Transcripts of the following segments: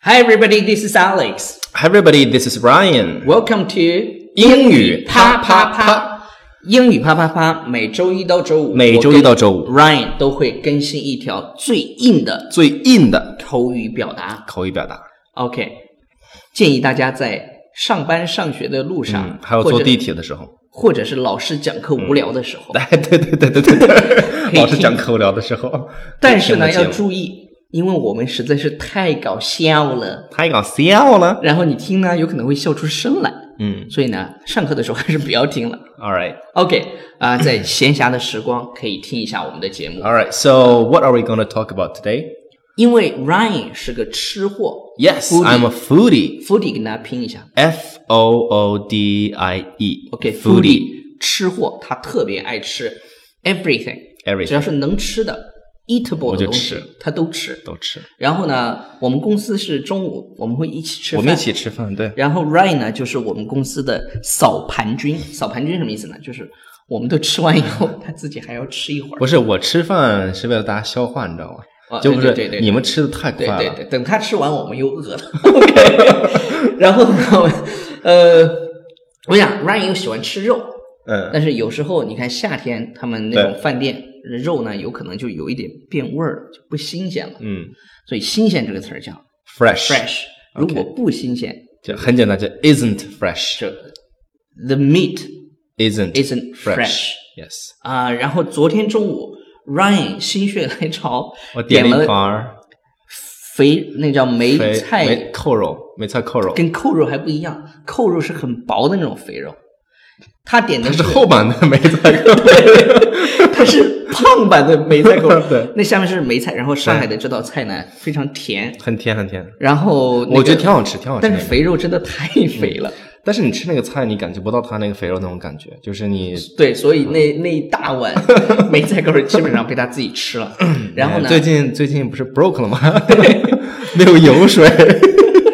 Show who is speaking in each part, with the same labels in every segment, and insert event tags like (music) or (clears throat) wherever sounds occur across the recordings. Speaker 1: Hi, everybody. This is Alex.
Speaker 2: Hi, everybody. This is Ryan.
Speaker 1: Welcome to
Speaker 2: 英语啪啪
Speaker 1: 啪
Speaker 2: 啪。
Speaker 1: 英语啪啪啪，每周一到周五，
Speaker 2: 每周一到周五
Speaker 1: 我跟，Ryan 都会更新一条最硬的
Speaker 2: 最硬的
Speaker 1: 口语表达。
Speaker 2: 口语表达，
Speaker 1: 嗯 OK，建议大家在上班上学的路上，
Speaker 2: 嗯，还有
Speaker 1: 或
Speaker 2: 坐
Speaker 1: 者
Speaker 2: 地铁的时候，
Speaker 1: 或者是老师讲课无聊的时候。
Speaker 2: 哎， (laughs) 对对对对对对，
Speaker 1: 以
Speaker 2: 老师
Speaker 1: 听
Speaker 2: 讲口聊的时候，
Speaker 1: 但是呢，
Speaker 2: 听我
Speaker 1: 要
Speaker 2: 们节目
Speaker 1: 注意，因为我们实在是太搞笑了，
Speaker 2: 太搞笑了。
Speaker 1: 然后你听呢，有可能会笑出声来。
Speaker 2: 嗯
Speaker 1: 所以呢，上课的时候还是不要听了。
Speaker 2: ，All right,
Speaker 1: OK 啊、在闲暇的时光可以听一下我们的节目，
Speaker 2: all right. So, what are we going to talk about today?
Speaker 1: 因为 Ryan 是个吃货
Speaker 2: Yes,
Speaker 1: Foodie.
Speaker 2: I'm a foodie.
Speaker 1: ，foodie 跟大家拼一下
Speaker 2: F O O D I E. foodie.
Speaker 1: ，OK，foodie 吃货，他特别爱吃 everything，只
Speaker 2: Everything
Speaker 1: 要是能吃的 eatable
Speaker 2: 我
Speaker 1: 的
Speaker 2: 就
Speaker 1: 东西
Speaker 2: 吃，
Speaker 1: 他都吃。
Speaker 2: 都吃。
Speaker 1: 然后呢，我们公司是中午我们会一起吃饭，
Speaker 2: 我们一起吃饭，对，
Speaker 1: 然后 Ryan 呢，就是我们公司的扫盘君。扫盘君什么意思呢？就是我们都吃完以后，他自己还要吃一会儿。
Speaker 2: 不是我吃饭是为了大家消化，你知道吗？
Speaker 1: 啊
Speaker 2: 就不
Speaker 1: 对
Speaker 2: 是
Speaker 1: 对对对
Speaker 2: 你们吃的太快
Speaker 1: 对
Speaker 2: 了，
Speaker 1: 对对，等他吃完，我们又饿了。OK，然后呢，呃，我想 Ryan 又喜欢吃肉，
Speaker 2: 嗯，
Speaker 1: 但是有时候你看夏天他们那种饭店肉呢，有可能就有一点变味儿了，就不新鲜了。
Speaker 2: 嗯
Speaker 1: 所以“新鲜”这个词儿叫 fresh，如果不新鲜，
Speaker 2: 就很简单，就 isn't fresh,
Speaker 1: 就 the meat
Speaker 2: isn't
Speaker 1: isn't fresh
Speaker 2: fresh. Yes，
Speaker 1: 啊、然后昨天中午 Ryan 心血来潮，
Speaker 2: 我点
Speaker 1: 点
Speaker 2: 了一
Speaker 1: 了
Speaker 2: 盘
Speaker 1: 肥那叫梅
Speaker 2: 肥梅
Speaker 1: 菜，
Speaker 2: 扣肉，梅菜扣肉，
Speaker 1: 跟扣肉还不一样，扣肉是很薄的那种肥肉，他点的
Speaker 2: 它
Speaker 1: 是
Speaker 2: 是厚版的梅菜扣肉。，
Speaker 1: 它是胖版的梅菜扣肉
Speaker 2: 对，
Speaker 1: 那下面是梅菜，然后上海的这道菜呢非常甜，
Speaker 2: (laughs) 很甜很甜，
Speaker 1: 然后、
Speaker 2: 我觉得挺，好吃，挺好吃
Speaker 1: 但
Speaker 2: 的。嗯
Speaker 1: 是肥肉真的太肥了，
Speaker 2: 但是你吃那个菜，你感觉不到它那个肥肉那种感觉，就是你
Speaker 1: 对，所以那
Speaker 2: 嗯
Speaker 1: 那一大
Speaker 2: (laughs)
Speaker 1: 碗梅菜扣肉基本上被他自己吃了，然后
Speaker 2: 哎
Speaker 1: 呢，
Speaker 2: 最近最近不是 broke 了吗？ (laughs) 没有油水，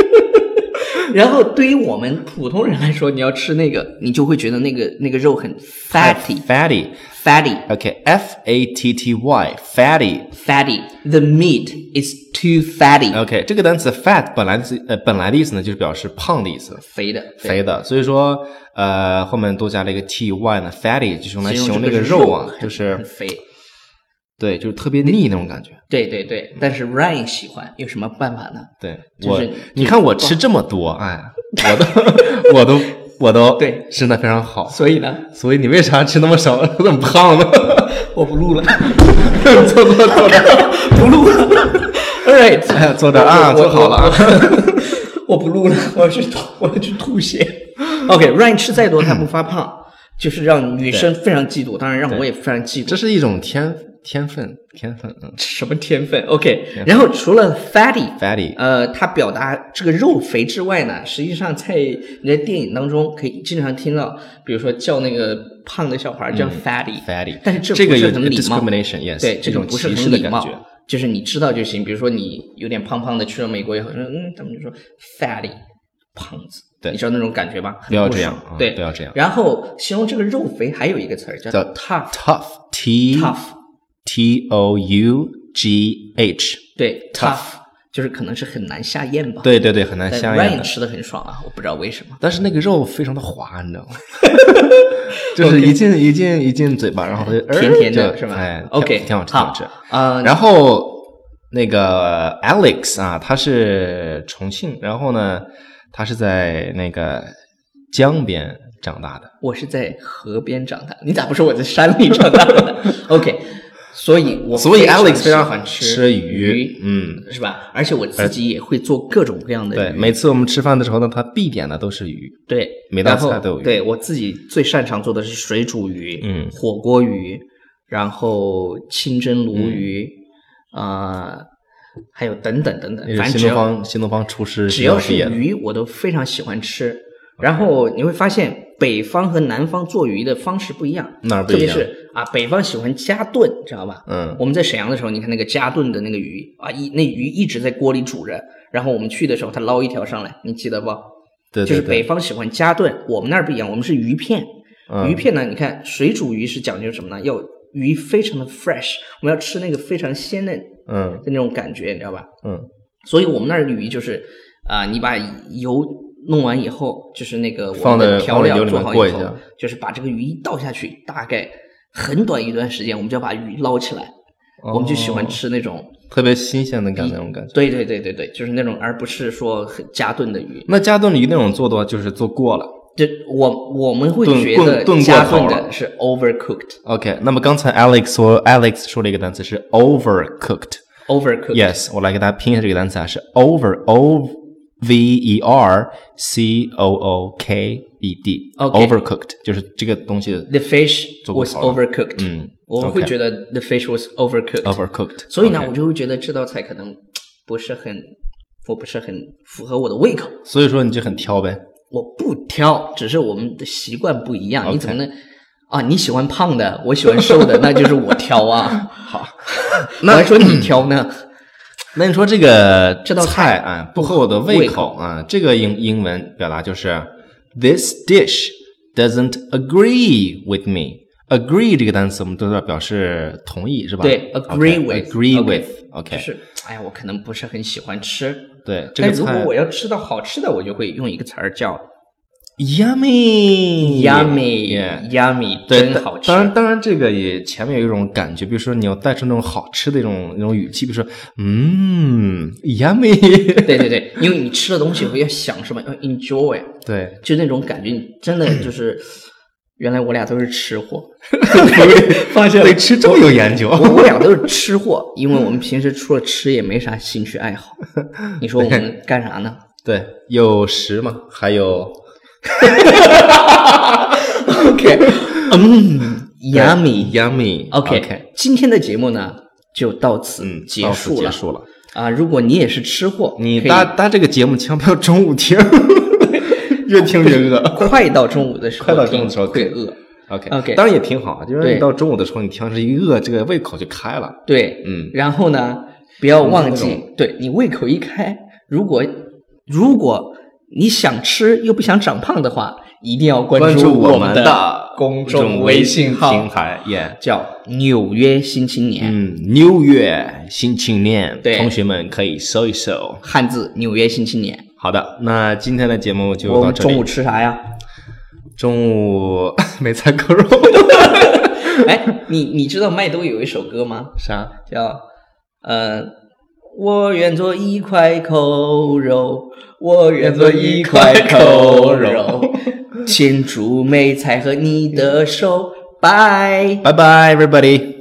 Speaker 2: (laughs)
Speaker 1: 然后对于我们普通人来说，你要吃那个，你就会觉得那个那个肉很 fatty
Speaker 2: fatty。
Speaker 1: fatty
Speaker 2: OK, F A T T Y, fatty.
Speaker 1: fatty。The meat is too fatty，、
Speaker 2: OK，这个单词 fat 本来是呃本来的意思呢，就是表示胖的意思，
Speaker 1: 肥的对
Speaker 2: 肥的。所以说呃后面多加了一个 t y 呢，fatty 就是用来形容
Speaker 1: 这
Speaker 2: 那
Speaker 1: 个
Speaker 2: 个肉啊，
Speaker 1: 很
Speaker 2: 就是
Speaker 1: 很肥。
Speaker 2: 对，就是特别腻那种感觉。
Speaker 1: 对对对，但是 Ryan 喜欢，有什么办法呢？
Speaker 2: 对
Speaker 1: 就
Speaker 2: 我
Speaker 1: 是，哦
Speaker 2: 你看我吃这么多，哎，我都我都我都
Speaker 1: 对
Speaker 2: 身材非常好，
Speaker 1: 所以呢，
Speaker 2: 所以你为啥吃那么少，这么
Speaker 1: (laughs)
Speaker 2: 胖呢？
Speaker 1: 我不录了，
Speaker 2: (laughs) 坐坐坐这儿，
Speaker 1: (laughs) 不录了。All right，
Speaker 2: 哎 (laughs) 坐这儿啊，
Speaker 1: 我
Speaker 2: 坐好了啊。
Speaker 1: 我不录了，我要去吐，我要去吐血。OK，Ryan、吃再多他不发胖，就是让女生非常嫉妒，当然让我也非常嫉妒
Speaker 2: 这。是一种天天分，天分，嗯
Speaker 1: 什么天分？OK，然后除了 fatty，
Speaker 2: ，fatty，
Speaker 1: 呃，它表达这个肉肥之外呢，实际上在人家电影当中可以经常听到，比如说叫那个胖的小孩叫 fatty，、
Speaker 2: 嗯 fatty，
Speaker 1: 但是
Speaker 2: 这
Speaker 1: 不
Speaker 2: 个
Speaker 1: 是
Speaker 2: 有
Speaker 1: 很礼貌，
Speaker 2: discrimination，yes，
Speaker 1: 对，这
Speaker 2: 种
Speaker 1: 不是
Speaker 2: 歧视
Speaker 1: 很
Speaker 2: 的
Speaker 1: 礼
Speaker 2: 感
Speaker 1: 貌
Speaker 2: 觉。，
Speaker 1: 就是你知道就行。比如说你有点胖胖的去了美国以后，说嗯，他们就说 fatty，胖子，
Speaker 2: 对
Speaker 1: 你知道那种感觉吧？
Speaker 2: 不要
Speaker 1: 很
Speaker 2: 这
Speaker 1: 爽
Speaker 2: 样啊
Speaker 1: 对，
Speaker 2: 不要这样
Speaker 1: 然后形容这个肉肥还有一个词儿叫
Speaker 2: 叫
Speaker 1: tough，tough。
Speaker 2: tough t t o u g h，
Speaker 1: 对，tough 就是可能是很难下咽吧。
Speaker 2: 对对对，很难
Speaker 1: 但
Speaker 2: 下咽
Speaker 1: Ryan
Speaker 2: 的。
Speaker 1: 吃的很爽啊，我不知道为什么。
Speaker 2: 但是那个肉非常的滑，你知道吗？ (laughs) 就是一进一进一进嘴巴，然后它就
Speaker 1: 甜甜的
Speaker 2: 呃
Speaker 1: 是吧
Speaker 2: 哎挺
Speaker 1: OK，
Speaker 2: 挺好吃，挺
Speaker 1: 好
Speaker 2: 好吃。
Speaker 1: 呃，
Speaker 2: 然后那个 Alex 啊，他是重庆，然后呢，他是在那个江边长大的。
Speaker 1: 我是在河边长大，你咋不说我在山里长大
Speaker 2: (laughs)
Speaker 1: 的？OK，所以我
Speaker 2: 所以 Alex
Speaker 1: 非
Speaker 2: 非
Speaker 1: 常喜
Speaker 2: 常
Speaker 1: 欢吃
Speaker 2: 吃
Speaker 1: 鱼
Speaker 2: 鱼，嗯，
Speaker 1: 是吧？而且我自己也会做各种各样的
Speaker 2: 对，
Speaker 1: 鱼，
Speaker 2: 每次我们吃饭的时候呢，他必点的都是鱼。
Speaker 1: 对，
Speaker 2: 呃每道
Speaker 1: 然后
Speaker 2: 菜都有鱼
Speaker 1: 对我自己最擅长做的是水煮鱼，
Speaker 2: 嗯
Speaker 1: 火锅鱼，然后清蒸鲈鱼，
Speaker 2: 嗯
Speaker 1: 啊、还有等等等等，
Speaker 2: 那
Speaker 1: 反正
Speaker 2: 是新
Speaker 1: 只要
Speaker 2: 东方新东方厨师
Speaker 1: 只
Speaker 2: 学
Speaker 1: 要
Speaker 2: 校
Speaker 1: 是
Speaker 2: 毕业的，
Speaker 1: 鱼，我都非常喜欢吃。然后你会发现，北方和南方做鱼的方式不一样，
Speaker 2: 哪儿不
Speaker 1: 特别
Speaker 2: 一样
Speaker 1: 是啊，北方喜欢加炖，知道吧？
Speaker 2: 嗯
Speaker 1: 我们在沈阳的时候，你看那个加炖的那个鱼啊，一那鱼一直在锅里煮着，然后我们去的时候，他捞一条上来，你记得不？
Speaker 2: 对
Speaker 1: 就
Speaker 2: 对
Speaker 1: 是
Speaker 2: 对
Speaker 1: 北，方喜欢加炖，我们那儿不一样，我们是鱼片。
Speaker 2: 嗯
Speaker 1: 鱼片呢，你看水煮鱼是讲究什么呢？要鱼非常的 fresh，我们要吃那个非常鲜嫩的
Speaker 2: 嗯
Speaker 1: 那种感觉，你知道吧？
Speaker 2: 嗯，
Speaker 1: 所以我们那儿的羽翼就是啊、你把油弄完以后，就是那个我
Speaker 2: 放
Speaker 1: 们的
Speaker 2: 在
Speaker 1: 调
Speaker 2: 放在
Speaker 1: 料
Speaker 2: 油里
Speaker 1: 做
Speaker 2: 面
Speaker 1: 好
Speaker 2: 过
Speaker 1: 以
Speaker 2: 一
Speaker 1: 后
Speaker 2: 下，
Speaker 1: 就是把这个鱼一倒下去，大概很短一段时间，我们就要把鱼捞起来。我们就喜欢
Speaker 2: 哦
Speaker 1: 吃那种，
Speaker 2: 特别新鲜的感觉，那种感觉。
Speaker 1: 对对对对对，就是那种，而不是说很加炖的鱼。
Speaker 2: 那加炖鱼那种做的话，就是做过了。
Speaker 1: 这我我们会
Speaker 2: 炖
Speaker 1: 觉
Speaker 2: 炖
Speaker 1: 得
Speaker 2: 炖过
Speaker 1: 加
Speaker 2: 头
Speaker 1: 炖的
Speaker 2: 了
Speaker 1: 是 overcooked。
Speaker 2: OK，那么刚才 Alex 说 Alex 说了一个单词是 overcooked。
Speaker 1: overcooked。
Speaker 2: Yes，我来给大家拼一下这个单词啊，是 over o v e r c o o k e d
Speaker 1: OK
Speaker 2: overcooked 就是这个东西
Speaker 1: The fish
Speaker 2: 做过
Speaker 1: was
Speaker 2: 头了
Speaker 1: overcooked。
Speaker 2: 嗯
Speaker 1: 我会
Speaker 2: OK
Speaker 1: 觉得 the fish was overcooked。
Speaker 2: overcooked。
Speaker 1: 所以呢
Speaker 2: OK
Speaker 1: 我就会觉得这道菜可能不是很，我不是很符合我的胃口。
Speaker 2: 所以说你就很挑呗。
Speaker 1: 我不挑，只是我们的习惯不一样。你怎么能啊？你喜欢胖的，我喜欢瘦的，那就是我挑啊。好，我还说你挑呢。
Speaker 2: 那你说这个
Speaker 1: 这道
Speaker 2: 菜
Speaker 1: 菜
Speaker 2: 啊，不合我的
Speaker 1: 胃
Speaker 2: 口啊，这个英英文表达就是 this dish doesn't agree with me。agree 这个单词我们都要表示同意是吧？
Speaker 1: 对
Speaker 2: OK，
Speaker 1: agree with，
Speaker 2: agree
Speaker 1: OK
Speaker 2: with。OK，
Speaker 1: 就是哎呀，我可能不是很喜欢吃。
Speaker 2: 对这
Speaker 1: 但
Speaker 2: 个
Speaker 1: 如果
Speaker 2: 菜
Speaker 1: 我要吃到好吃的，我就会用一个词儿叫
Speaker 2: yummy Yeah
Speaker 1: yummy yummy，
Speaker 2: 对，
Speaker 1: 真
Speaker 2: 当
Speaker 1: 好吃。
Speaker 2: 当然，当然，这个也前面有一种感觉，比如说你要带出那种好吃的一种那种语气，比如说嗯，yummy， (laughs)
Speaker 1: 对对对，因为你吃的东西我要享受嘛，要 enjoy，
Speaker 2: 对， (laughs)
Speaker 1: 就那种感觉，你真
Speaker 2: (clears throat)
Speaker 1: 的就是，原来我俩都是吃货，发现了
Speaker 2: 对吃这么有研究，
Speaker 1: 我我俩都是吃货，因为我们平时除了吃也没啥兴趣爱好。你说我
Speaker 2: (laughs)
Speaker 1: 们干啥呢？
Speaker 2: 对，有食嘛，还有
Speaker 1: OK，嗯，yummy。
Speaker 2: yummy。
Speaker 1: OK，今天的节目呢就到此
Speaker 2: 嗯，
Speaker 1: 结
Speaker 2: 到此
Speaker 1: 束了
Speaker 2: 结束了。
Speaker 1: 啊！如果你也是吃货，
Speaker 2: 你
Speaker 1: 可以
Speaker 2: 搭搭这个节目，千万不要中午 (laughs) 听，越听越饿。
Speaker 1: 快到中午的时候听，
Speaker 2: 快到中午的时候
Speaker 1: 会
Speaker 2: 听
Speaker 1: 饿。
Speaker 2: OK
Speaker 1: OK
Speaker 2: 当然也挺好，就是你
Speaker 1: 对
Speaker 2: 到中午的时候，你听是一饿，这个胃口就开了。
Speaker 1: 对，
Speaker 2: 嗯
Speaker 1: 然后呢，不要忘
Speaker 2: 你
Speaker 1: 记
Speaker 2: 是，
Speaker 1: 对你胃口一开，如果如果你想吃又不想长胖的话，一定要关我
Speaker 2: 们
Speaker 1: 的
Speaker 2: 的
Speaker 1: 公
Speaker 2: 众
Speaker 1: 众
Speaker 2: 微
Speaker 1: 微
Speaker 2: 信
Speaker 1: 信号
Speaker 2: 平台，耶、
Speaker 1: 叫《纽约新青年》
Speaker 2: 嗯，纽约新青年，
Speaker 1: 对
Speaker 2: 同学们可以搜一搜。
Speaker 1: 汉字《纽约新青年
Speaker 2: 好的，那今天的节目》。就
Speaker 1: 我
Speaker 2: 到
Speaker 1: 们
Speaker 2: 这里。
Speaker 1: 中午吃啥呀？
Speaker 2: 中午 (laughs) 梅菜扣肉
Speaker 1: 哎，你你知道麦兜有一首歌吗？
Speaker 2: 啥？
Speaker 1: 叫呃，我愿做一块扣肉，我愿做一块扣肉， (laughs) 牵住梅菜和你的手，拜。
Speaker 2: Bye bye, everybody.